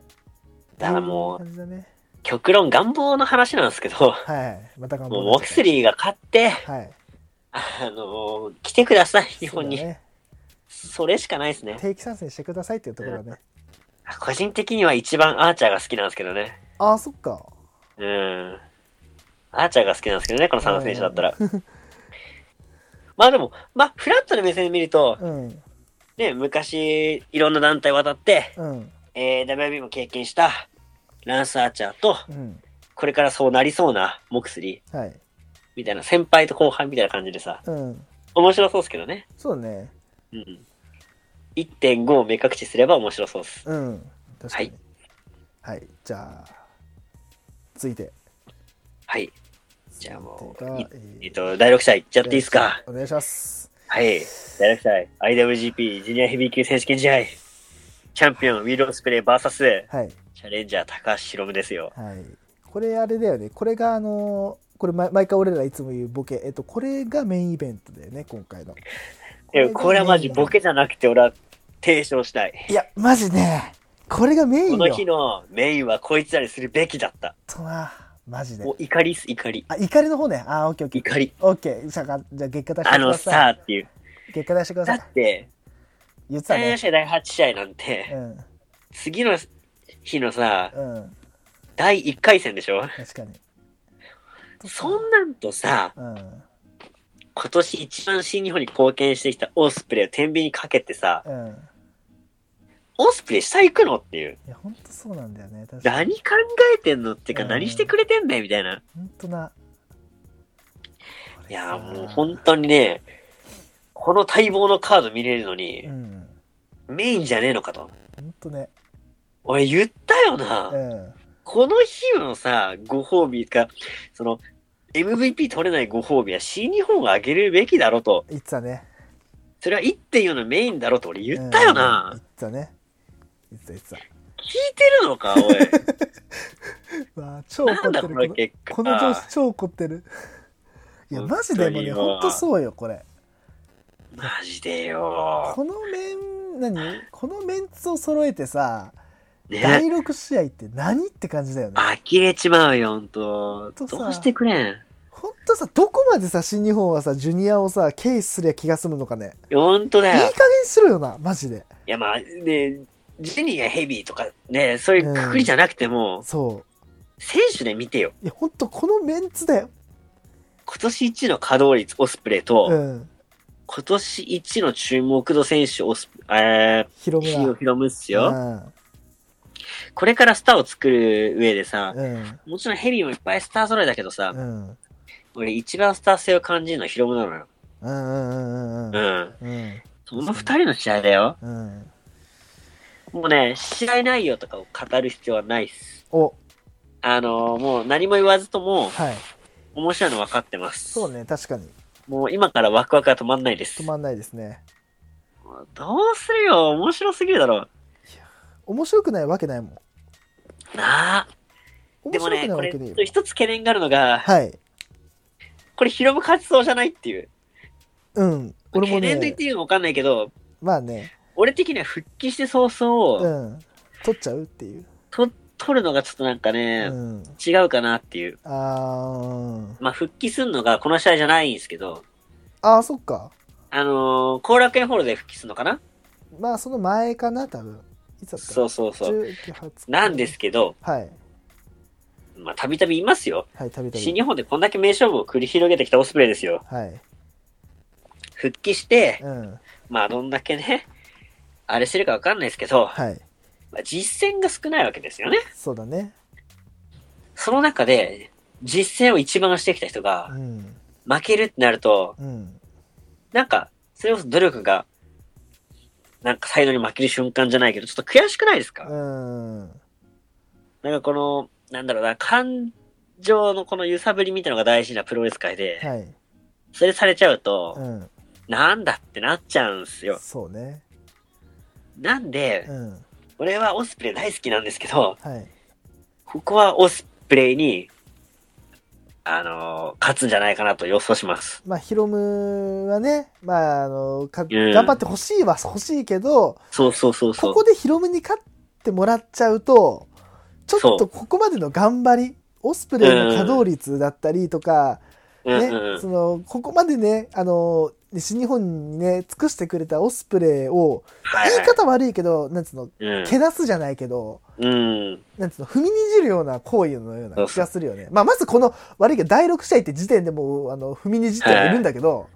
[SPEAKER 1] だからもう
[SPEAKER 2] ってい感じだね
[SPEAKER 1] 極論願望の話なんですけ ど、
[SPEAKER 2] はいまた頑張
[SPEAKER 1] もうモクスリーが勝って、
[SPEAKER 2] はい
[SPEAKER 1] あの来てください、日本
[SPEAKER 2] そう
[SPEAKER 1] に。
[SPEAKER 2] だね
[SPEAKER 1] それしかないですね。
[SPEAKER 2] 定期参戦してくださいっていうところだね
[SPEAKER 1] 個人的には一番アーチャーが好きなんですけどね。
[SPEAKER 2] あーそっか
[SPEAKER 1] うん。アーチャーが好きなんですけどね、この3選手だったら。 まあでも、まあ、フラットな目線で見ると、
[SPEAKER 2] うん
[SPEAKER 1] ね、昔、いろんな団体渡って、
[SPEAKER 2] うん
[SPEAKER 1] えー、WB も経験した、ランス・アーチャーと、
[SPEAKER 2] うん
[SPEAKER 1] これからそうなりそうな、モクスリー、
[SPEAKER 2] はい
[SPEAKER 1] みたいな、先輩と後輩みたいな感じでさ、
[SPEAKER 2] うん
[SPEAKER 1] 面白そうですけどね。
[SPEAKER 2] そうだね。
[SPEAKER 1] うん。1.5を目隠しすれば面白そうです。
[SPEAKER 2] うん。確かに。
[SPEAKER 1] は
[SPEAKER 2] はい。じゃあ、続いて。
[SPEAKER 1] はい。じゃあもう
[SPEAKER 2] 続いて
[SPEAKER 1] え
[SPEAKER 2] が
[SPEAKER 1] っ
[SPEAKER 2] えー
[SPEAKER 1] と、第6試合いっちゃっていいですか。
[SPEAKER 2] お願いします。
[SPEAKER 1] はい。第6試合、IWGP ジュニアヘビー級選手権試合。チャンピオン、ウィル・オスプレイ VS、
[SPEAKER 2] はい。
[SPEAKER 1] チャレンジャー、高橋宏夢ですよ。
[SPEAKER 2] はい。これあれだよね。これがあのーこれ毎毎回俺らいつも言うボケ。えっと、これがメインイベントだよね、今回の。
[SPEAKER 1] いや、これはマジボケじゃなくて、俺は提唱したい。
[SPEAKER 2] いや、マジね。これがメ
[SPEAKER 1] こ
[SPEAKER 2] インよ。
[SPEAKER 1] の日のメインはこいつらにするべきだった。
[SPEAKER 2] とな。マジで
[SPEAKER 1] も。う怒りっす、怒り。
[SPEAKER 2] あ、怒りの方ね。あ、オッケーオッケー。
[SPEAKER 1] 怒り。
[SPEAKER 2] オッケー。じゃあ、じゃあ結果出して
[SPEAKER 1] あ
[SPEAKER 2] く
[SPEAKER 1] の
[SPEAKER 2] ださい。
[SPEAKER 1] さあっていう。
[SPEAKER 2] 結果出してくだ
[SPEAKER 1] だ
[SPEAKER 2] さい。
[SPEAKER 1] って、
[SPEAKER 2] 言ってた
[SPEAKER 1] 第7
[SPEAKER 2] ね。
[SPEAKER 1] 試合、第8試合なんて、次の日のさ、
[SPEAKER 2] うん。うん。
[SPEAKER 1] 第1回戦でしょ
[SPEAKER 2] 確かに。
[SPEAKER 1] そんなんとさ、
[SPEAKER 2] うん。
[SPEAKER 1] 今年一番新日本に貢献してきたオスプレイを天秤にかけてさ、
[SPEAKER 2] うん。
[SPEAKER 1] オスプレイ下行くのっていう。
[SPEAKER 2] いや、ほんとそうなんだよね。確かに。
[SPEAKER 1] 何考えてんのっていうか、
[SPEAKER 2] うん
[SPEAKER 1] 何してくれてんだよみたいな。
[SPEAKER 2] ほんとな。
[SPEAKER 1] いやー、もう本当にね、この待望のカード見れるのに
[SPEAKER 2] う、ん。
[SPEAKER 1] メインじゃねえのかと。
[SPEAKER 2] ほんとね。
[SPEAKER 1] 俺言ったよな。
[SPEAKER 2] うん。
[SPEAKER 1] この日のさ、ご褒美か、その、MVP 取れないご褒美は新日本があげるべきだろと。
[SPEAKER 2] 言ってたね。
[SPEAKER 1] それは1.4のメインだろと俺言ったよな。
[SPEAKER 2] うん言ってたね。言ってた言ってた。
[SPEAKER 1] 聞いてるのか、 おい。
[SPEAKER 2] うわあ超怒
[SPEAKER 1] なん
[SPEAKER 2] っ
[SPEAKER 1] だこ
[SPEAKER 2] てる
[SPEAKER 1] の結果。
[SPEAKER 2] この上司超怒ってるいやマジでもうね
[SPEAKER 1] 本当に
[SPEAKER 2] ほんとそうよこれ
[SPEAKER 1] マジでよ。
[SPEAKER 2] このメン何このメンツを揃えてさ第
[SPEAKER 1] ね。
[SPEAKER 2] 6試合って何って感じだよね
[SPEAKER 1] 呆れちまうよ、ほんと。
[SPEAKER 2] ほんとさ
[SPEAKER 1] どうしてくれん。
[SPEAKER 2] ほんとさどこまでさ新日本はさジュニアをさ軽視すりゃ気が済むのかね
[SPEAKER 1] ほんと
[SPEAKER 2] いい
[SPEAKER 1] だ
[SPEAKER 2] 加
[SPEAKER 1] よ
[SPEAKER 2] 減。しろよなマジで
[SPEAKER 1] いや、まあ、ね、ジュニアヘビーとかね、そういうくくりじゃなくても、
[SPEAKER 2] そ
[SPEAKER 1] 選手で見てよ。
[SPEAKER 2] ういやほんとこのメンツだよ
[SPEAKER 1] 今年1の稼働率オスプレイと、
[SPEAKER 2] うん
[SPEAKER 1] 今年1の注目度選手オスプ、えー、
[SPEAKER 2] 広
[SPEAKER 1] ヒ
[SPEAKER 2] め
[SPEAKER 1] ロ
[SPEAKER 2] な
[SPEAKER 1] ヒロムっす
[SPEAKER 2] う
[SPEAKER 1] よ。
[SPEAKER 2] ん
[SPEAKER 1] これからスターを作る上でさ、
[SPEAKER 2] うん
[SPEAKER 1] もちろんヘビーもいっぱいスター揃いだけどさ、
[SPEAKER 2] うん
[SPEAKER 1] 俺一番スター性を感じるのはヒロムなのよ。
[SPEAKER 2] うんうんうんうん
[SPEAKER 1] う
[SPEAKER 2] う
[SPEAKER 1] ん。
[SPEAKER 2] んうん
[SPEAKER 1] その二人の試合だよ。
[SPEAKER 2] うん
[SPEAKER 1] もうね、試合内容とかを語る必要はないっす。
[SPEAKER 2] お
[SPEAKER 1] あのーもう何も言わずとも、
[SPEAKER 2] はい
[SPEAKER 1] 面白いの分かってます。
[SPEAKER 2] そうね確かに
[SPEAKER 1] もう今からワクワクが止まんないです
[SPEAKER 2] 止。まんないですね
[SPEAKER 1] もうどうするよ面白すぎるだろ。
[SPEAKER 2] 面白くないわけないもん
[SPEAKER 1] なあ。でも
[SPEAKER 2] 面白くな
[SPEAKER 1] ね、
[SPEAKER 2] い
[SPEAKER 1] こ
[SPEAKER 2] わ
[SPEAKER 1] れ
[SPEAKER 2] けね、えよ
[SPEAKER 1] 一つ懸念があるのが、
[SPEAKER 2] はい
[SPEAKER 1] これヒロム勝ちそうじゃないっていう。
[SPEAKER 2] うん俺も
[SPEAKER 1] 懸念と言
[SPEAKER 2] ね
[SPEAKER 1] っていいのか分かんないけど、
[SPEAKER 2] まあね
[SPEAKER 1] 俺的には復帰して早々、
[SPEAKER 2] うん取っちゃうっていう、
[SPEAKER 1] と取るのがちょっとなんかね、
[SPEAKER 2] うん
[SPEAKER 1] 違うかなっていう。
[SPEAKER 2] あーうん
[SPEAKER 1] まあ、復帰するのがこの試合じゃないんですけど、
[SPEAKER 2] あーそっか
[SPEAKER 1] あのー、後楽園ホールで復帰するのかな
[SPEAKER 2] まあその前かな多分いつだった
[SPEAKER 1] そうそうそう。
[SPEAKER 2] う
[SPEAKER 1] なんですけど、
[SPEAKER 2] はい
[SPEAKER 1] まあ、たびたび言いますよ。
[SPEAKER 2] はい食べた
[SPEAKER 1] 新日本でこんだけ名勝負を繰り広げてきたオスプレイですよ。
[SPEAKER 2] はい
[SPEAKER 1] 復帰して、
[SPEAKER 2] うん
[SPEAKER 1] まあ、どんだけね、あれしてるかわかんないですけど、
[SPEAKER 2] はい
[SPEAKER 1] まあ実戦が少ないわけですよね。
[SPEAKER 2] そうだね
[SPEAKER 1] その中で、実戦を一番してきた人
[SPEAKER 2] う
[SPEAKER 1] が、
[SPEAKER 2] ん
[SPEAKER 1] 負けるってなると、
[SPEAKER 2] うん
[SPEAKER 1] なんか、それこそ努力が、なんかサイドに負ける瞬間じゃないけど、ちょっと悔しくないですか、
[SPEAKER 2] うん
[SPEAKER 1] なんかこの、なんだろうな、感情のこの揺さぶりみたいなのが大事なプロレス界で、
[SPEAKER 2] はい
[SPEAKER 1] それされちゃうと
[SPEAKER 2] う、ん
[SPEAKER 1] なんだってなっちゃうんすよ。
[SPEAKER 2] そうね
[SPEAKER 1] なんで
[SPEAKER 2] う、ん
[SPEAKER 1] 俺はオスプレイ大好きなんですけど、
[SPEAKER 2] はい
[SPEAKER 1] ここはオスプレイに、あのー勝つんじゃないかなと予想します。
[SPEAKER 2] まあヒロムはねまああのか
[SPEAKER 1] うん
[SPEAKER 2] 頑張ってほしいは欲しいけど、
[SPEAKER 1] そうそうそうそう。
[SPEAKER 2] ここでヒロムに勝ってもらっちゃうと、ちょっ
[SPEAKER 1] そ
[SPEAKER 2] と
[SPEAKER 1] う
[SPEAKER 2] ここまでの頑張り、オスプレイの稼働率だったりとか、
[SPEAKER 1] うん
[SPEAKER 2] ね
[SPEAKER 1] うんうん
[SPEAKER 2] そのここまでね、あの西日本にね、尽くしてくれたオスプレイを、
[SPEAKER 1] はい
[SPEAKER 2] 言
[SPEAKER 1] はい
[SPEAKER 2] 方悪いけど、なんつうの、
[SPEAKER 1] い
[SPEAKER 2] けなすじゃないけど、
[SPEAKER 1] うん。うん。
[SPEAKER 2] なんつうの、踏みにじるような行為のような気がするよね。まあ、まずこの悪いけど、第6試合って時点でもう、あの踏みにじってはいるんだけど、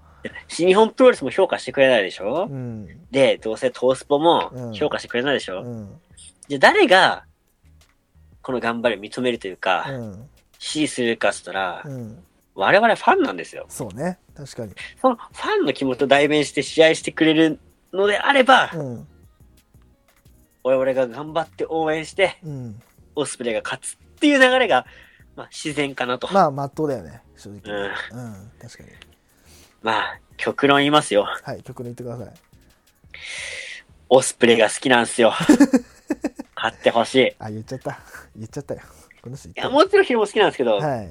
[SPEAKER 1] 新日本プロレスも評価してくれないでしょ、
[SPEAKER 2] うん、
[SPEAKER 1] で、どうせトースポ
[SPEAKER 2] う
[SPEAKER 1] も
[SPEAKER 2] ん
[SPEAKER 1] 評価してくれないでしょ、
[SPEAKER 2] うん、
[SPEAKER 1] じゃあ誰が、この頑張りを認めるというか、
[SPEAKER 2] うん、
[SPEAKER 1] 支持するかっつったら、
[SPEAKER 2] うん、
[SPEAKER 1] 我々ファンなんですよ。
[SPEAKER 2] そうね、確かに。
[SPEAKER 1] そのファンの気持ちを代弁して試合してくれるのであれば、
[SPEAKER 2] うん、
[SPEAKER 1] 我々が頑張って応援して、
[SPEAKER 2] うん、
[SPEAKER 1] オスプレイが勝つっていう流れがまあ、自然かなと。
[SPEAKER 2] まあ、まっとうだよね、正直。
[SPEAKER 1] うん。
[SPEAKER 2] うん、確かに。
[SPEAKER 1] まあ、極論言いますよ。
[SPEAKER 2] はい、曲に言ってください。
[SPEAKER 1] オスプレイが好きなんです よ。買ってほしい。い
[SPEAKER 2] あ、言っちゃった。 言っちゃったよ。この人言っ
[SPEAKER 1] や、
[SPEAKER 2] たよ。
[SPEAKER 1] もちろんヒロも好きなんですけど、
[SPEAKER 2] はい。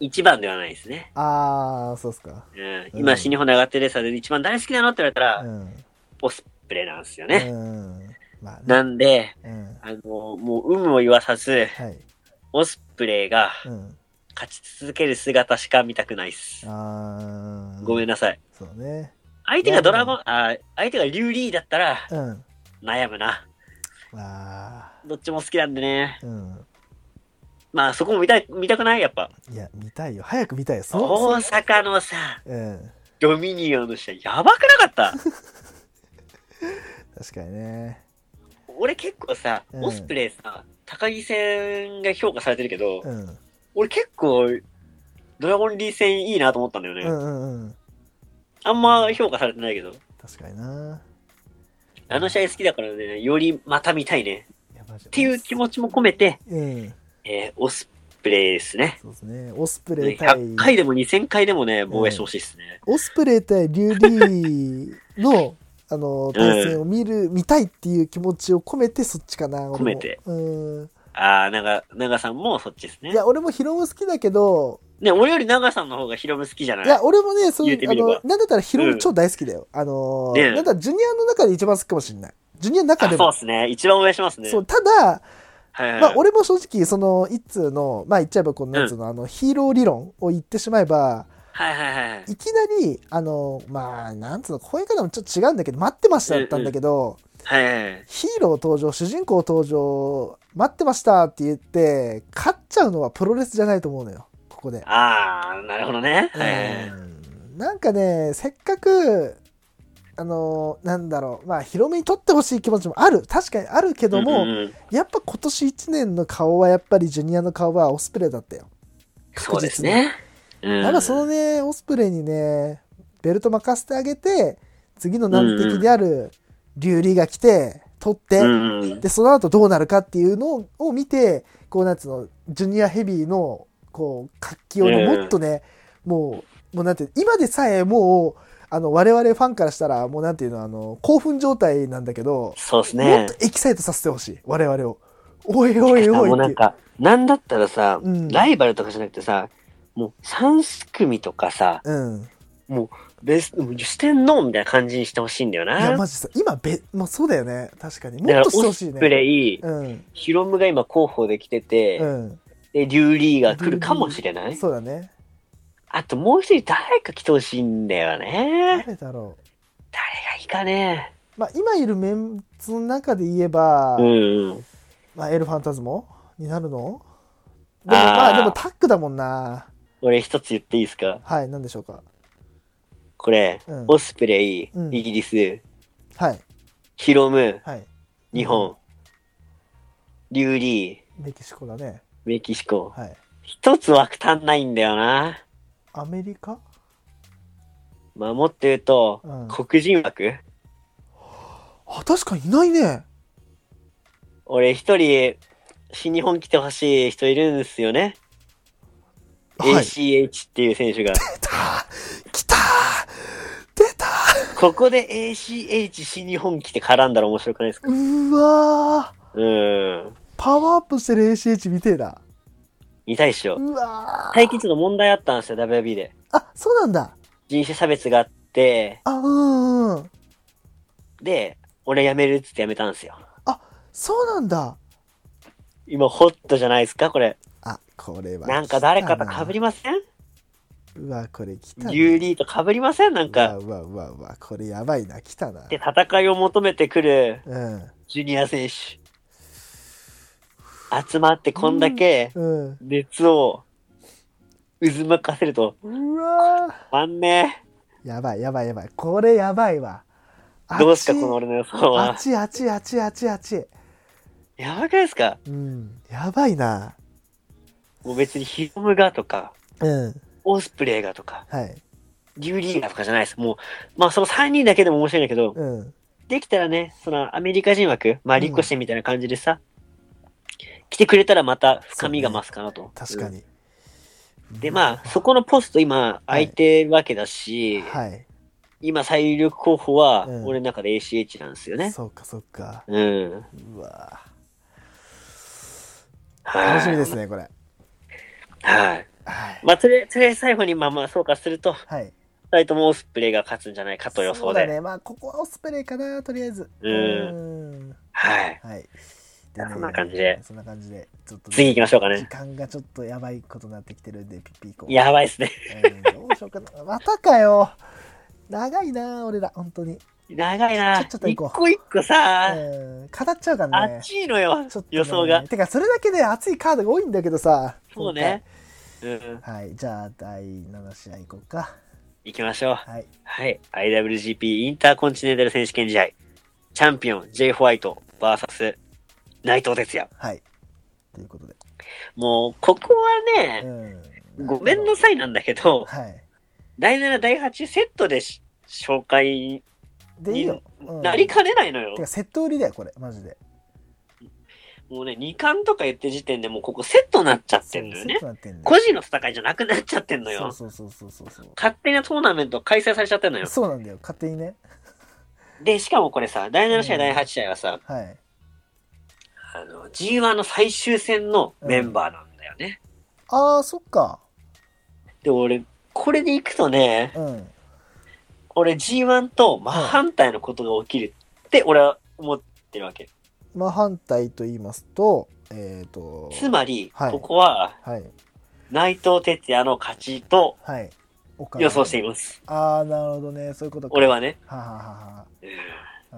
[SPEAKER 1] 一番ではないですね。
[SPEAKER 2] あー、そうっすか。
[SPEAKER 1] うん、
[SPEAKER 2] う
[SPEAKER 1] 今、
[SPEAKER 2] ん
[SPEAKER 1] 新日本の上がってるレーサーで一番誰好きなのって言われたら、
[SPEAKER 2] うん。
[SPEAKER 1] オスプレイなんですよね。
[SPEAKER 2] うん。まあね。
[SPEAKER 1] なんで、
[SPEAKER 2] うん。
[SPEAKER 1] あの、もう、有無を言わさず、
[SPEAKER 2] はい。
[SPEAKER 1] オスプレイが
[SPEAKER 2] うん。
[SPEAKER 1] 勝ち続ける姿しか見たくないっす。
[SPEAKER 2] あー。
[SPEAKER 1] ごめ
[SPEAKER 2] ん。
[SPEAKER 1] んなさい。
[SPEAKER 2] そうね。
[SPEAKER 1] 相手がドラゴン、あ相手がリュウリーだったら
[SPEAKER 2] うん。
[SPEAKER 1] 悩むな。
[SPEAKER 2] あ
[SPEAKER 1] どっちも好きなんでね。
[SPEAKER 2] ー。うん。
[SPEAKER 1] まあそこも見たい見たくないやっぱ。
[SPEAKER 2] いや、見たいよ。早く見たいよ。そ
[SPEAKER 1] 大
[SPEAKER 2] う。
[SPEAKER 1] 阪のさ、
[SPEAKER 2] うん。
[SPEAKER 1] ドミニオンの試合やばくなか った。
[SPEAKER 2] 確かにね。
[SPEAKER 1] 俺結構さ、
[SPEAKER 2] うん
[SPEAKER 1] オスプレイさ、高木戦が評価されてるけど、
[SPEAKER 2] うん。
[SPEAKER 1] 俺結構、ドラゴンリー戦いいなと思ったんだよね。
[SPEAKER 2] うんうんうん。
[SPEAKER 1] あんま評価されてないけど。
[SPEAKER 2] 確かにな。
[SPEAKER 1] あの試合好きだからね、よりまた見たいね。
[SPEAKER 2] いやマジで
[SPEAKER 1] っていう気持ちも込めて、
[SPEAKER 2] うん。
[SPEAKER 1] えーオスプレイですね。
[SPEAKER 2] そうですね。オスプレイ対、
[SPEAKER 1] 100回でも2000回でもね、防衛してほしいですね。
[SPEAKER 2] オスプレイ対リュウリーの、あの、対戦を見る、見たいっていう気持ちを込めて、そっちかな。俺も
[SPEAKER 1] 込めて。
[SPEAKER 2] うん。
[SPEAKER 1] ああ、長、長さんもそっちですね
[SPEAKER 2] い。や、俺もヒロム好きだけど、
[SPEAKER 1] ね、俺より長さんの方がヒロム好きじゃない
[SPEAKER 2] いや、俺もね、そうい
[SPEAKER 1] 言うて
[SPEAKER 2] う、
[SPEAKER 1] み
[SPEAKER 2] あ
[SPEAKER 1] れば
[SPEAKER 2] の、なんだったらヒロム超大好きだよ。あの、
[SPEAKER 1] ねえ
[SPEAKER 2] なんだったらジュニアの中で一番好きかもしれない。ジュニアの中
[SPEAKER 1] あ
[SPEAKER 2] で
[SPEAKER 1] そう
[SPEAKER 2] も。
[SPEAKER 1] ですね。一番応援しますね。
[SPEAKER 2] そう、ただ、
[SPEAKER 1] はいはい
[SPEAKER 2] まあ、俺も正直、その、一通の、まあ、言っちゃえば、この、なんつうの、あの、ヒーロー理論を言ってしまえば、
[SPEAKER 1] はいはいはい。
[SPEAKER 2] いきなり、あの、まあ、なんつうの、こういう方もちょっと違うんだけど、待ってましただったんだけど、
[SPEAKER 1] はいはいはい。
[SPEAKER 2] ヒーロー登場、主人公登場、待ってましたって言って、勝っちゃうのはプロレスじゃないと思うのよ、ここで。
[SPEAKER 1] ああ、なるほどね。はいはいは
[SPEAKER 2] う
[SPEAKER 1] い。
[SPEAKER 2] んなんかね、せっかく、あの、なんだろう、まあ、広めに取ってほしい気持ちもある、確かにあるけども、
[SPEAKER 1] うんうんうん
[SPEAKER 2] やっぱ今年1年の顔は、やっぱりジュニアの顔はオスプレイだったよ。
[SPEAKER 1] そうですね。うん。
[SPEAKER 2] なんかそのね、オスプレイにね、ベルト任せてあげて、次の難敵である、リュウリが来て、取って、
[SPEAKER 1] うんうん
[SPEAKER 2] で、その後どうなるかっていうのをを見て、こう、なんつうの、ジュニアヘビーの、こう、活気をね、
[SPEAKER 1] うん
[SPEAKER 2] もっとね、もう、もうなんていう、今でさえもう、あの、我々ファンからしたら、もうなんていうの、あの、興奮状態なんだけど、
[SPEAKER 1] そうです
[SPEAKER 2] も
[SPEAKER 1] ね
[SPEAKER 2] っ。とエキサイトさせてほしい、我々を。おいおいおい
[SPEAKER 1] もう
[SPEAKER 2] っ
[SPEAKER 1] な
[SPEAKER 2] てい
[SPEAKER 1] ん
[SPEAKER 2] う。
[SPEAKER 1] か、なんだったらさ、
[SPEAKER 2] うん
[SPEAKER 1] ライバルとかじゃなくてさ、もう3組とかさ、
[SPEAKER 2] うん。い
[SPEAKER 1] ベスト、もう四天王みたいな感じにしてほしいんだよ
[SPEAKER 2] や、
[SPEAKER 1] な。
[SPEAKER 2] マジさ、今、べ、もうそうだよね。確かに。
[SPEAKER 1] だか
[SPEAKER 2] も
[SPEAKER 1] ら
[SPEAKER 2] っ
[SPEAKER 1] オ
[SPEAKER 2] としてほしい
[SPEAKER 1] スプ
[SPEAKER 2] ね。
[SPEAKER 1] レイ、
[SPEAKER 2] うん。
[SPEAKER 1] ヒロムが今候補で来てて、
[SPEAKER 2] うん。
[SPEAKER 1] で、リュウリーが来るかもしれない。
[SPEAKER 2] そうだね。
[SPEAKER 1] あともう一人誰か来てほしいんだよね。
[SPEAKER 2] 誰だろ
[SPEAKER 1] 誰がいいかね。
[SPEAKER 2] う。まあ、今いるメンツの中で言えば、
[SPEAKER 1] うんうん。
[SPEAKER 2] まあ、エルファンタズモになるのでも
[SPEAKER 1] あー
[SPEAKER 2] まあでもタックだもんな
[SPEAKER 1] 俺一つ言っていいですか
[SPEAKER 2] はい何でしょうか
[SPEAKER 1] これ、
[SPEAKER 2] うん
[SPEAKER 1] オスプレイ、
[SPEAKER 2] うん
[SPEAKER 1] イギリス、
[SPEAKER 2] はい
[SPEAKER 1] ヒロム、
[SPEAKER 2] はい
[SPEAKER 1] 日本、リュウリー、
[SPEAKER 2] メキシコだね
[SPEAKER 1] メキシコ。
[SPEAKER 2] はい
[SPEAKER 1] 一つ枠足んないんだよな。
[SPEAKER 2] アメリカ
[SPEAKER 1] まあ、もっと言うと、
[SPEAKER 2] うん
[SPEAKER 1] 黒人枠
[SPEAKER 2] あ確かにいないね
[SPEAKER 1] 俺一人、新日本来てほしい人いるんですよね。
[SPEAKER 2] はい
[SPEAKER 1] ACH っていう選手が。
[SPEAKER 2] 出た来た出た
[SPEAKER 1] ここで ACH 新日本来て絡んだら面白くないですか
[SPEAKER 2] うーわー
[SPEAKER 1] うん。
[SPEAKER 2] パワーアップしてる ACH 見てえな
[SPEAKER 1] 見たいっしょ。
[SPEAKER 2] うわー
[SPEAKER 1] 最近ちょっと問題あったんですよ、WB で。
[SPEAKER 2] あそうなんだ
[SPEAKER 1] 人種差別があって、
[SPEAKER 2] あうんうん
[SPEAKER 1] で、俺辞めるっつって辞めたんですよ。
[SPEAKER 2] そうなんだ
[SPEAKER 1] 今、ホットじゃないですか、これ。
[SPEAKER 2] あこれは
[SPEAKER 1] なんか誰かと被り
[SPEAKER 2] ま
[SPEAKER 1] ません
[SPEAKER 2] うわこれ来たな
[SPEAKER 1] ユーリーと被りませんなんか。
[SPEAKER 2] うわうわうわうわこれやばいな来たな
[SPEAKER 1] で、戦いを求めてくる
[SPEAKER 2] うん
[SPEAKER 1] ジュニア選手。集まってこんだけ
[SPEAKER 2] うん
[SPEAKER 1] 熱を渦巻かせると、
[SPEAKER 2] うわ
[SPEAKER 1] あんね。
[SPEAKER 2] ーやばいやばいやばいこれやばいわあ
[SPEAKER 1] どうしたこの俺の予想は
[SPEAKER 2] あっ。ちあっちあっちあっちあっち
[SPEAKER 1] やばくないですか
[SPEAKER 2] うんやばいな
[SPEAKER 1] もう別にヒロムがとか、
[SPEAKER 2] うん
[SPEAKER 1] オスプレイがとか、
[SPEAKER 2] はい
[SPEAKER 1] リュウリーがとかじゃないです。もう、まあその3人だけでも面白いんだけど、
[SPEAKER 2] うん
[SPEAKER 1] できたらね、そのアメリカ人枠、まあリコシンみたいな感じでさ、来てくれたらまた深みが増すかなと。
[SPEAKER 2] 確かに。
[SPEAKER 1] うんで、まあ、そこのポスト今空いてるわけだし、
[SPEAKER 2] はい。
[SPEAKER 1] 今最有力候補は、
[SPEAKER 2] うん
[SPEAKER 1] 俺の中で ACH なんですよね。
[SPEAKER 2] そうか、そうか。
[SPEAKER 1] うん。
[SPEAKER 2] うわ
[SPEAKER 1] はい
[SPEAKER 2] 楽しみですね、これ。
[SPEAKER 1] はい。
[SPEAKER 2] はい。
[SPEAKER 1] まあ、とりあえずとりあえず最後に、まあまあ、総括すると、
[SPEAKER 2] はい。
[SPEAKER 1] 二人ともオスプレイが勝つんじゃないかと予
[SPEAKER 2] そ
[SPEAKER 1] 想
[SPEAKER 2] うだ
[SPEAKER 1] で。
[SPEAKER 2] ね。まあ、ここはオスプレイかな、とりあえず。
[SPEAKER 1] うん
[SPEAKER 2] ん。
[SPEAKER 1] はい。
[SPEAKER 2] はい。
[SPEAKER 1] じゃあそんな感じで。
[SPEAKER 2] そんな感じで。ちょっとね
[SPEAKER 1] 次行きましょうか
[SPEAKER 2] 時
[SPEAKER 1] ね。
[SPEAKER 2] 間がちょっとやばいことになってきてるんで、ピッピ行こう。
[SPEAKER 1] やばいっすね。
[SPEAKER 2] うんどうしようかな。またかよ。長いな、俺ら、本当に。
[SPEAKER 1] 長いな。
[SPEAKER 2] ちょっと行
[SPEAKER 1] 一
[SPEAKER 2] こう
[SPEAKER 1] 個一個さ、
[SPEAKER 2] うん語っちゃうからね。
[SPEAKER 1] 熱いのよ
[SPEAKER 2] ちょっと、ね
[SPEAKER 1] 予想が。
[SPEAKER 2] てか、それだけで熱いカードが多いんだけどさ。
[SPEAKER 1] そうね。うん
[SPEAKER 2] 今。回。はい、じゃあ、第7試合いこうか。
[SPEAKER 1] 行きましょう。
[SPEAKER 2] はい。
[SPEAKER 1] はい。IWGP インターコンチネンタル選手権試合。チャンピオン、ジェイ・ホワイト、VS、内藤哲也。
[SPEAKER 2] はい。ということで。
[SPEAKER 1] もう、ここはね、
[SPEAKER 2] うん。
[SPEAKER 1] ごめんなさいなんだけど、
[SPEAKER 2] はい。
[SPEAKER 1] 第7、第8セットでし紹介
[SPEAKER 2] で、いいよ。うん
[SPEAKER 1] なりかねないのよ
[SPEAKER 2] て。か、セット売りだよ、これ、マジで。
[SPEAKER 1] もうね、2巻とか言ってる時点でもうここセットになっちゃってんのよ
[SPEAKER 2] セッ
[SPEAKER 1] ね
[SPEAKER 2] ト。なってんだよ
[SPEAKER 1] 個人の戦いじゃなくなっちゃってんのよ。
[SPEAKER 2] そうそうそうそうそう
[SPEAKER 1] 勝手なトーナメント開催されちゃってんの
[SPEAKER 2] そう。
[SPEAKER 1] よ。
[SPEAKER 2] そうなんだよ、勝手にね。
[SPEAKER 1] で、しかもこれさ、第7試
[SPEAKER 2] う
[SPEAKER 1] 合、
[SPEAKER 2] ん
[SPEAKER 1] 第8試合はさ、
[SPEAKER 2] はい。
[SPEAKER 1] あの、G1 の最終戦のメンバーなんだよね。
[SPEAKER 2] あー、そっか。
[SPEAKER 1] で、俺、これで行くとね、
[SPEAKER 2] うん。
[SPEAKER 1] 俺 G1 と真反対のことが起きるって俺は思ってるわけ。
[SPEAKER 2] 真反対と言いますと、えっ、ー、と。
[SPEAKER 1] つまり、
[SPEAKER 2] はい
[SPEAKER 1] ここは
[SPEAKER 2] はい。
[SPEAKER 1] 内藤哲也の勝ちと
[SPEAKER 2] はい。岡
[SPEAKER 1] 予想しています。
[SPEAKER 2] ああ、なるほどね。そういうことか。
[SPEAKER 1] 俺。はね。
[SPEAKER 2] はは
[SPEAKER 1] うんい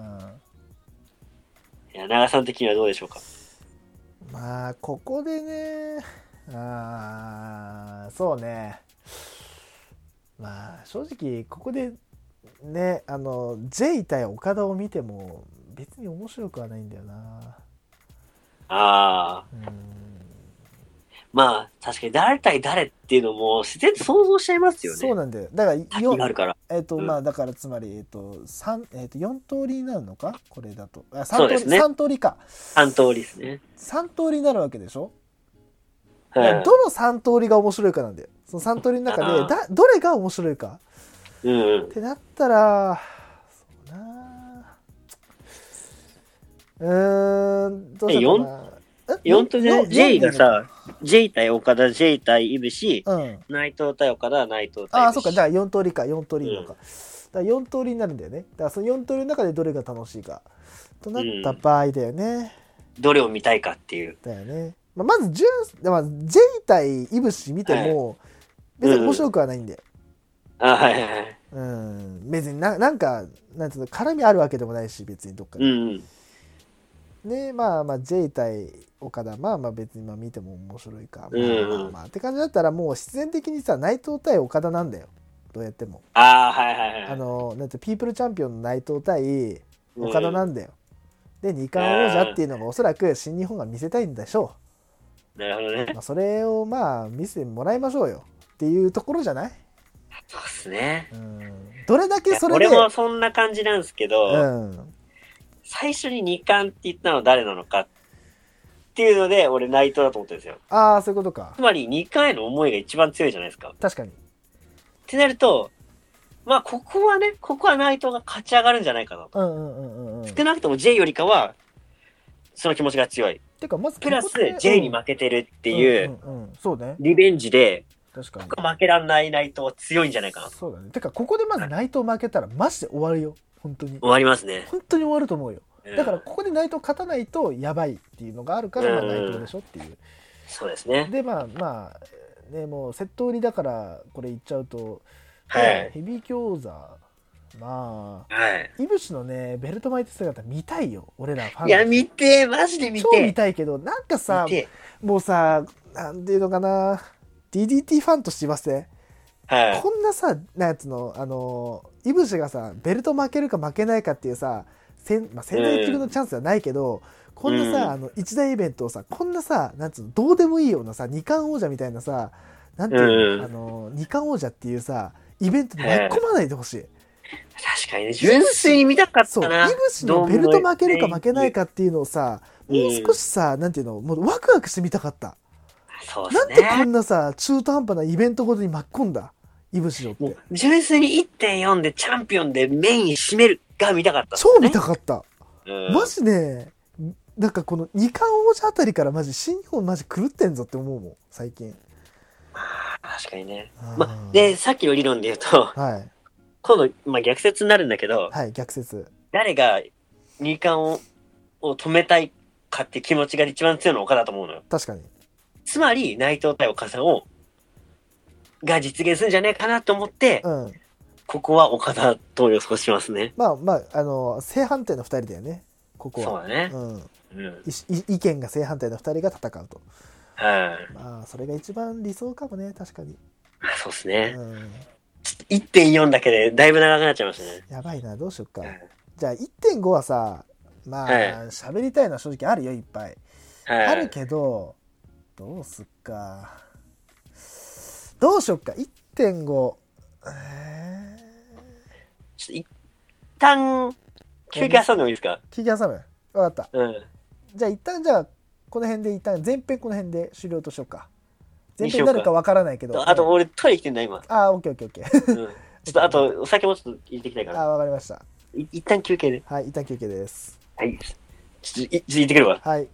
[SPEAKER 2] はは。
[SPEAKER 1] や、長さん的にはどうでしょうか。
[SPEAKER 2] うん。まあ、ここでね。ああ、そうね。まあ、正直、ここで、ね、あの、J 対岡田を見ても、別に面白くはないんだよな。
[SPEAKER 1] ああ、
[SPEAKER 2] うん。
[SPEAKER 1] まあ、確かに誰対誰っていうのも自然と想像しちゃいますよね。
[SPEAKER 2] そうなんだよ。だから、
[SPEAKER 1] 先
[SPEAKER 2] よ
[SPEAKER 1] があるから。
[SPEAKER 2] えっ、と、
[SPEAKER 1] うん
[SPEAKER 2] まあ、だから、つまり、えっ、と、三、えっ、と、四通りになるのかこれだと。あ、
[SPEAKER 1] そ
[SPEAKER 2] 三
[SPEAKER 1] うで
[SPEAKER 2] 通
[SPEAKER 1] す
[SPEAKER 2] り、
[SPEAKER 1] ね
[SPEAKER 2] 三通りか。
[SPEAKER 1] 3通りですね。
[SPEAKER 2] 三通りになるわけでしょ
[SPEAKER 1] うん。
[SPEAKER 2] どの3通りが面白いかなんだよその3通りの中
[SPEAKER 1] あ
[SPEAKER 2] で
[SPEAKER 1] ー
[SPEAKER 2] だどれが面白いか
[SPEAKER 1] うんうん
[SPEAKER 2] っ。てなったらそうなうーんどうしようかなえ
[SPEAKER 1] 4通り
[SPEAKER 2] よ
[SPEAKER 1] で、J がさ
[SPEAKER 2] よ、
[SPEAKER 1] J 対岡田、J 対イブシ、
[SPEAKER 2] うん
[SPEAKER 1] 内藤対岡田、内藤対イブシ。
[SPEAKER 2] ああそうかじゃあ4通りか4通りのか,、だから4通りになるんだよねだからその4通りの中でどれが楽しいかとなった場合だよね、
[SPEAKER 1] どれを見たいかっていう。
[SPEAKER 2] だよね、まあ、まず10まあ J 対イブシ見ても、別に面白くはないんだよ、
[SPEAKER 1] あはいはいはい。
[SPEAKER 2] うん別にななんかなんつうの絡みあるわけでもないし別にどっか
[SPEAKER 1] う
[SPEAKER 2] で、
[SPEAKER 1] んうん。
[SPEAKER 2] ねまあまあ J 対岡田まあまあ別にまあ見ても面白いか、
[SPEAKER 1] うんうん
[SPEAKER 2] まあまあまあって感じだったらもう必然的にさ内藤対岡田なんだよどうやっても、
[SPEAKER 1] ああ、はいはいはい。
[SPEAKER 2] あのなんてピープルチャンピオンの内藤対
[SPEAKER 1] うん
[SPEAKER 2] 岡田なんだよ、で二冠王者っていうのがおそらく新日本が見せたいんでしょ
[SPEAKER 1] なるほど
[SPEAKER 2] う、
[SPEAKER 1] ね。
[SPEAKER 2] まあ、それをまあ見せてもらいましょうよっていうところじゃない、
[SPEAKER 1] そうっすね。
[SPEAKER 2] うん、どれだけそれで
[SPEAKER 1] 俺もそんな感じなんですけど、
[SPEAKER 2] うん
[SPEAKER 1] 最初に二冠って言ったのは誰なのかっていうので、俺内藤だと思ってるんですよ。
[SPEAKER 2] ああそういうことか
[SPEAKER 1] つまり二冠への思いが一番強いじゃないですか。っ
[SPEAKER 2] 確かに
[SPEAKER 1] てなると、まあここはね、ここは内藤が勝ち上がるんじゃないかなと。
[SPEAKER 2] うんうんうんうんうん。
[SPEAKER 1] 少なくとも J よりかは、その気持ちが強い。
[SPEAKER 2] てか、まずこ
[SPEAKER 1] プ
[SPEAKER 2] こ
[SPEAKER 1] ラ
[SPEAKER 2] で、
[SPEAKER 1] ス J に負けてるってい
[SPEAKER 2] ん
[SPEAKER 1] う、
[SPEAKER 2] うんうんそうね。
[SPEAKER 1] リベンジで、
[SPEAKER 2] 確かに。
[SPEAKER 1] 負けらんない内藤は強いんじゃないかなと。
[SPEAKER 2] そうだね。てか、ここでまず内藤負けたら、マジで終わるよ。本当に。
[SPEAKER 1] 終わりますね。
[SPEAKER 2] 本当に終わると思う
[SPEAKER 1] う
[SPEAKER 2] よ。
[SPEAKER 1] ん
[SPEAKER 2] だから、ここで内藤勝たないと、やばいっていうのがあるから、まあ
[SPEAKER 1] うん
[SPEAKER 2] 内藤でしょっていう。
[SPEAKER 1] そうですね。
[SPEAKER 2] で、まあまあ、ね、もう、セット売りだから、これ言っちゃうと、
[SPEAKER 1] はい。
[SPEAKER 2] ヘビー餃子、まあ、
[SPEAKER 1] はい。
[SPEAKER 2] いぶしのね、ベルト巻いて姿見たいよ。俺らファン。
[SPEAKER 1] いや、見て、マジで見
[SPEAKER 2] 超見
[SPEAKER 1] て。
[SPEAKER 2] たいけど、なんかさ
[SPEAKER 1] 見、て。
[SPEAKER 2] もうさ、なんていうのかな、DDT ファンとして言わせて、
[SPEAKER 1] はい。
[SPEAKER 2] こんなさ、なんやつの、あのー、イブシがさ、ベルト負けるか負けないかっていうさ、せんまあ、潜在一遇のチャンスはないけど、こんなさ、
[SPEAKER 1] うん
[SPEAKER 2] あの一大イベントをさ、こんなさ、なんつうの、どうでもいいようなさ、二冠王者みたいなさ、なんていうの、
[SPEAKER 1] うん
[SPEAKER 2] あのー、二冠王者っていうさ、イベントに巻き込まないでほしい。
[SPEAKER 1] 確かにね、純粋に見たかっ
[SPEAKER 2] そ
[SPEAKER 1] た
[SPEAKER 2] う、イ
[SPEAKER 1] な。
[SPEAKER 2] ブシのベルト負けるか負けない
[SPEAKER 1] か。
[SPEAKER 2] かっていうのをさ、もう少しさ、なんていうの、もうワクワクしてみたかった。
[SPEAKER 1] そうで
[SPEAKER 2] な
[SPEAKER 1] す
[SPEAKER 2] んでこ
[SPEAKER 1] ね。
[SPEAKER 2] んなさ、中途半端なイベントごとに巻き込んだいぶしをっ
[SPEAKER 1] も
[SPEAKER 2] て
[SPEAKER 1] う。純粋に1.4でチャンピオンでメイン締めるが見たかった、
[SPEAKER 2] 超見たかった。
[SPEAKER 1] うん
[SPEAKER 2] マジね、なんかこの二冠王者あたりからマジ新日本マジ狂ってんぞって思うもん、最近。
[SPEAKER 1] 確かにね。
[SPEAKER 2] う
[SPEAKER 1] ま
[SPEAKER 2] ん、
[SPEAKER 1] で、さっきの理論で言うと、
[SPEAKER 2] はい。
[SPEAKER 1] 今度、まあ、逆説になるんだけど、
[SPEAKER 2] はい、逆説。
[SPEAKER 1] 誰が二冠をを止めたいかって気持ちが一番強いのは岡田だと思うのよ。
[SPEAKER 2] 確かに。
[SPEAKER 1] つまり、内藤対岡さんを、が実現するんじゃないかなと思って、
[SPEAKER 2] うん。
[SPEAKER 1] ここは岡田と予想しますね。
[SPEAKER 2] まあまあ、あの、正反対の二人だよね、ここ
[SPEAKER 1] そう
[SPEAKER 2] は。
[SPEAKER 1] だね。
[SPEAKER 2] うん。
[SPEAKER 1] うん。
[SPEAKER 2] いい意見が正反対の二人が戦うと。
[SPEAKER 1] はい。
[SPEAKER 2] まあ、それが一番理想かもね、確かに。
[SPEAKER 1] あそうですね。
[SPEAKER 2] うん。
[SPEAKER 1] 1.4だけでだいぶ長くなっちゃいましたね。
[SPEAKER 2] やばいな、どうしよっか
[SPEAKER 1] うん。
[SPEAKER 2] じゃあ、1.5はさ、まあ
[SPEAKER 1] はい、
[SPEAKER 2] 喋、りたいのは正直あるよ、いっぱい。あ
[SPEAKER 1] は
[SPEAKER 2] る
[SPEAKER 1] い。
[SPEAKER 2] けど、どうすっか。どうしよっか、1.5。え
[SPEAKER 1] ちょっと一旦、休憩挟んでもいいですか
[SPEAKER 2] ー、聞き挟む。わかった。
[SPEAKER 1] うん。
[SPEAKER 2] じゃあ一旦じゃあこの辺で一旦前編この辺で終了としようか前編になるかわからないけど
[SPEAKER 1] あと
[SPEAKER 2] うん
[SPEAKER 1] 俺トイレ来てんだ今。
[SPEAKER 2] あーオッケーオッケーオッケー
[SPEAKER 1] うん。ちょっとあとお酒もちょっと入れてきたいか
[SPEAKER 2] あ
[SPEAKER 1] ら。
[SPEAKER 2] ーわかりました
[SPEAKER 1] い一旦休憩で。
[SPEAKER 2] はい一旦休憩です
[SPEAKER 1] はい。ちょっといちょっと行ってくるわ。
[SPEAKER 2] はい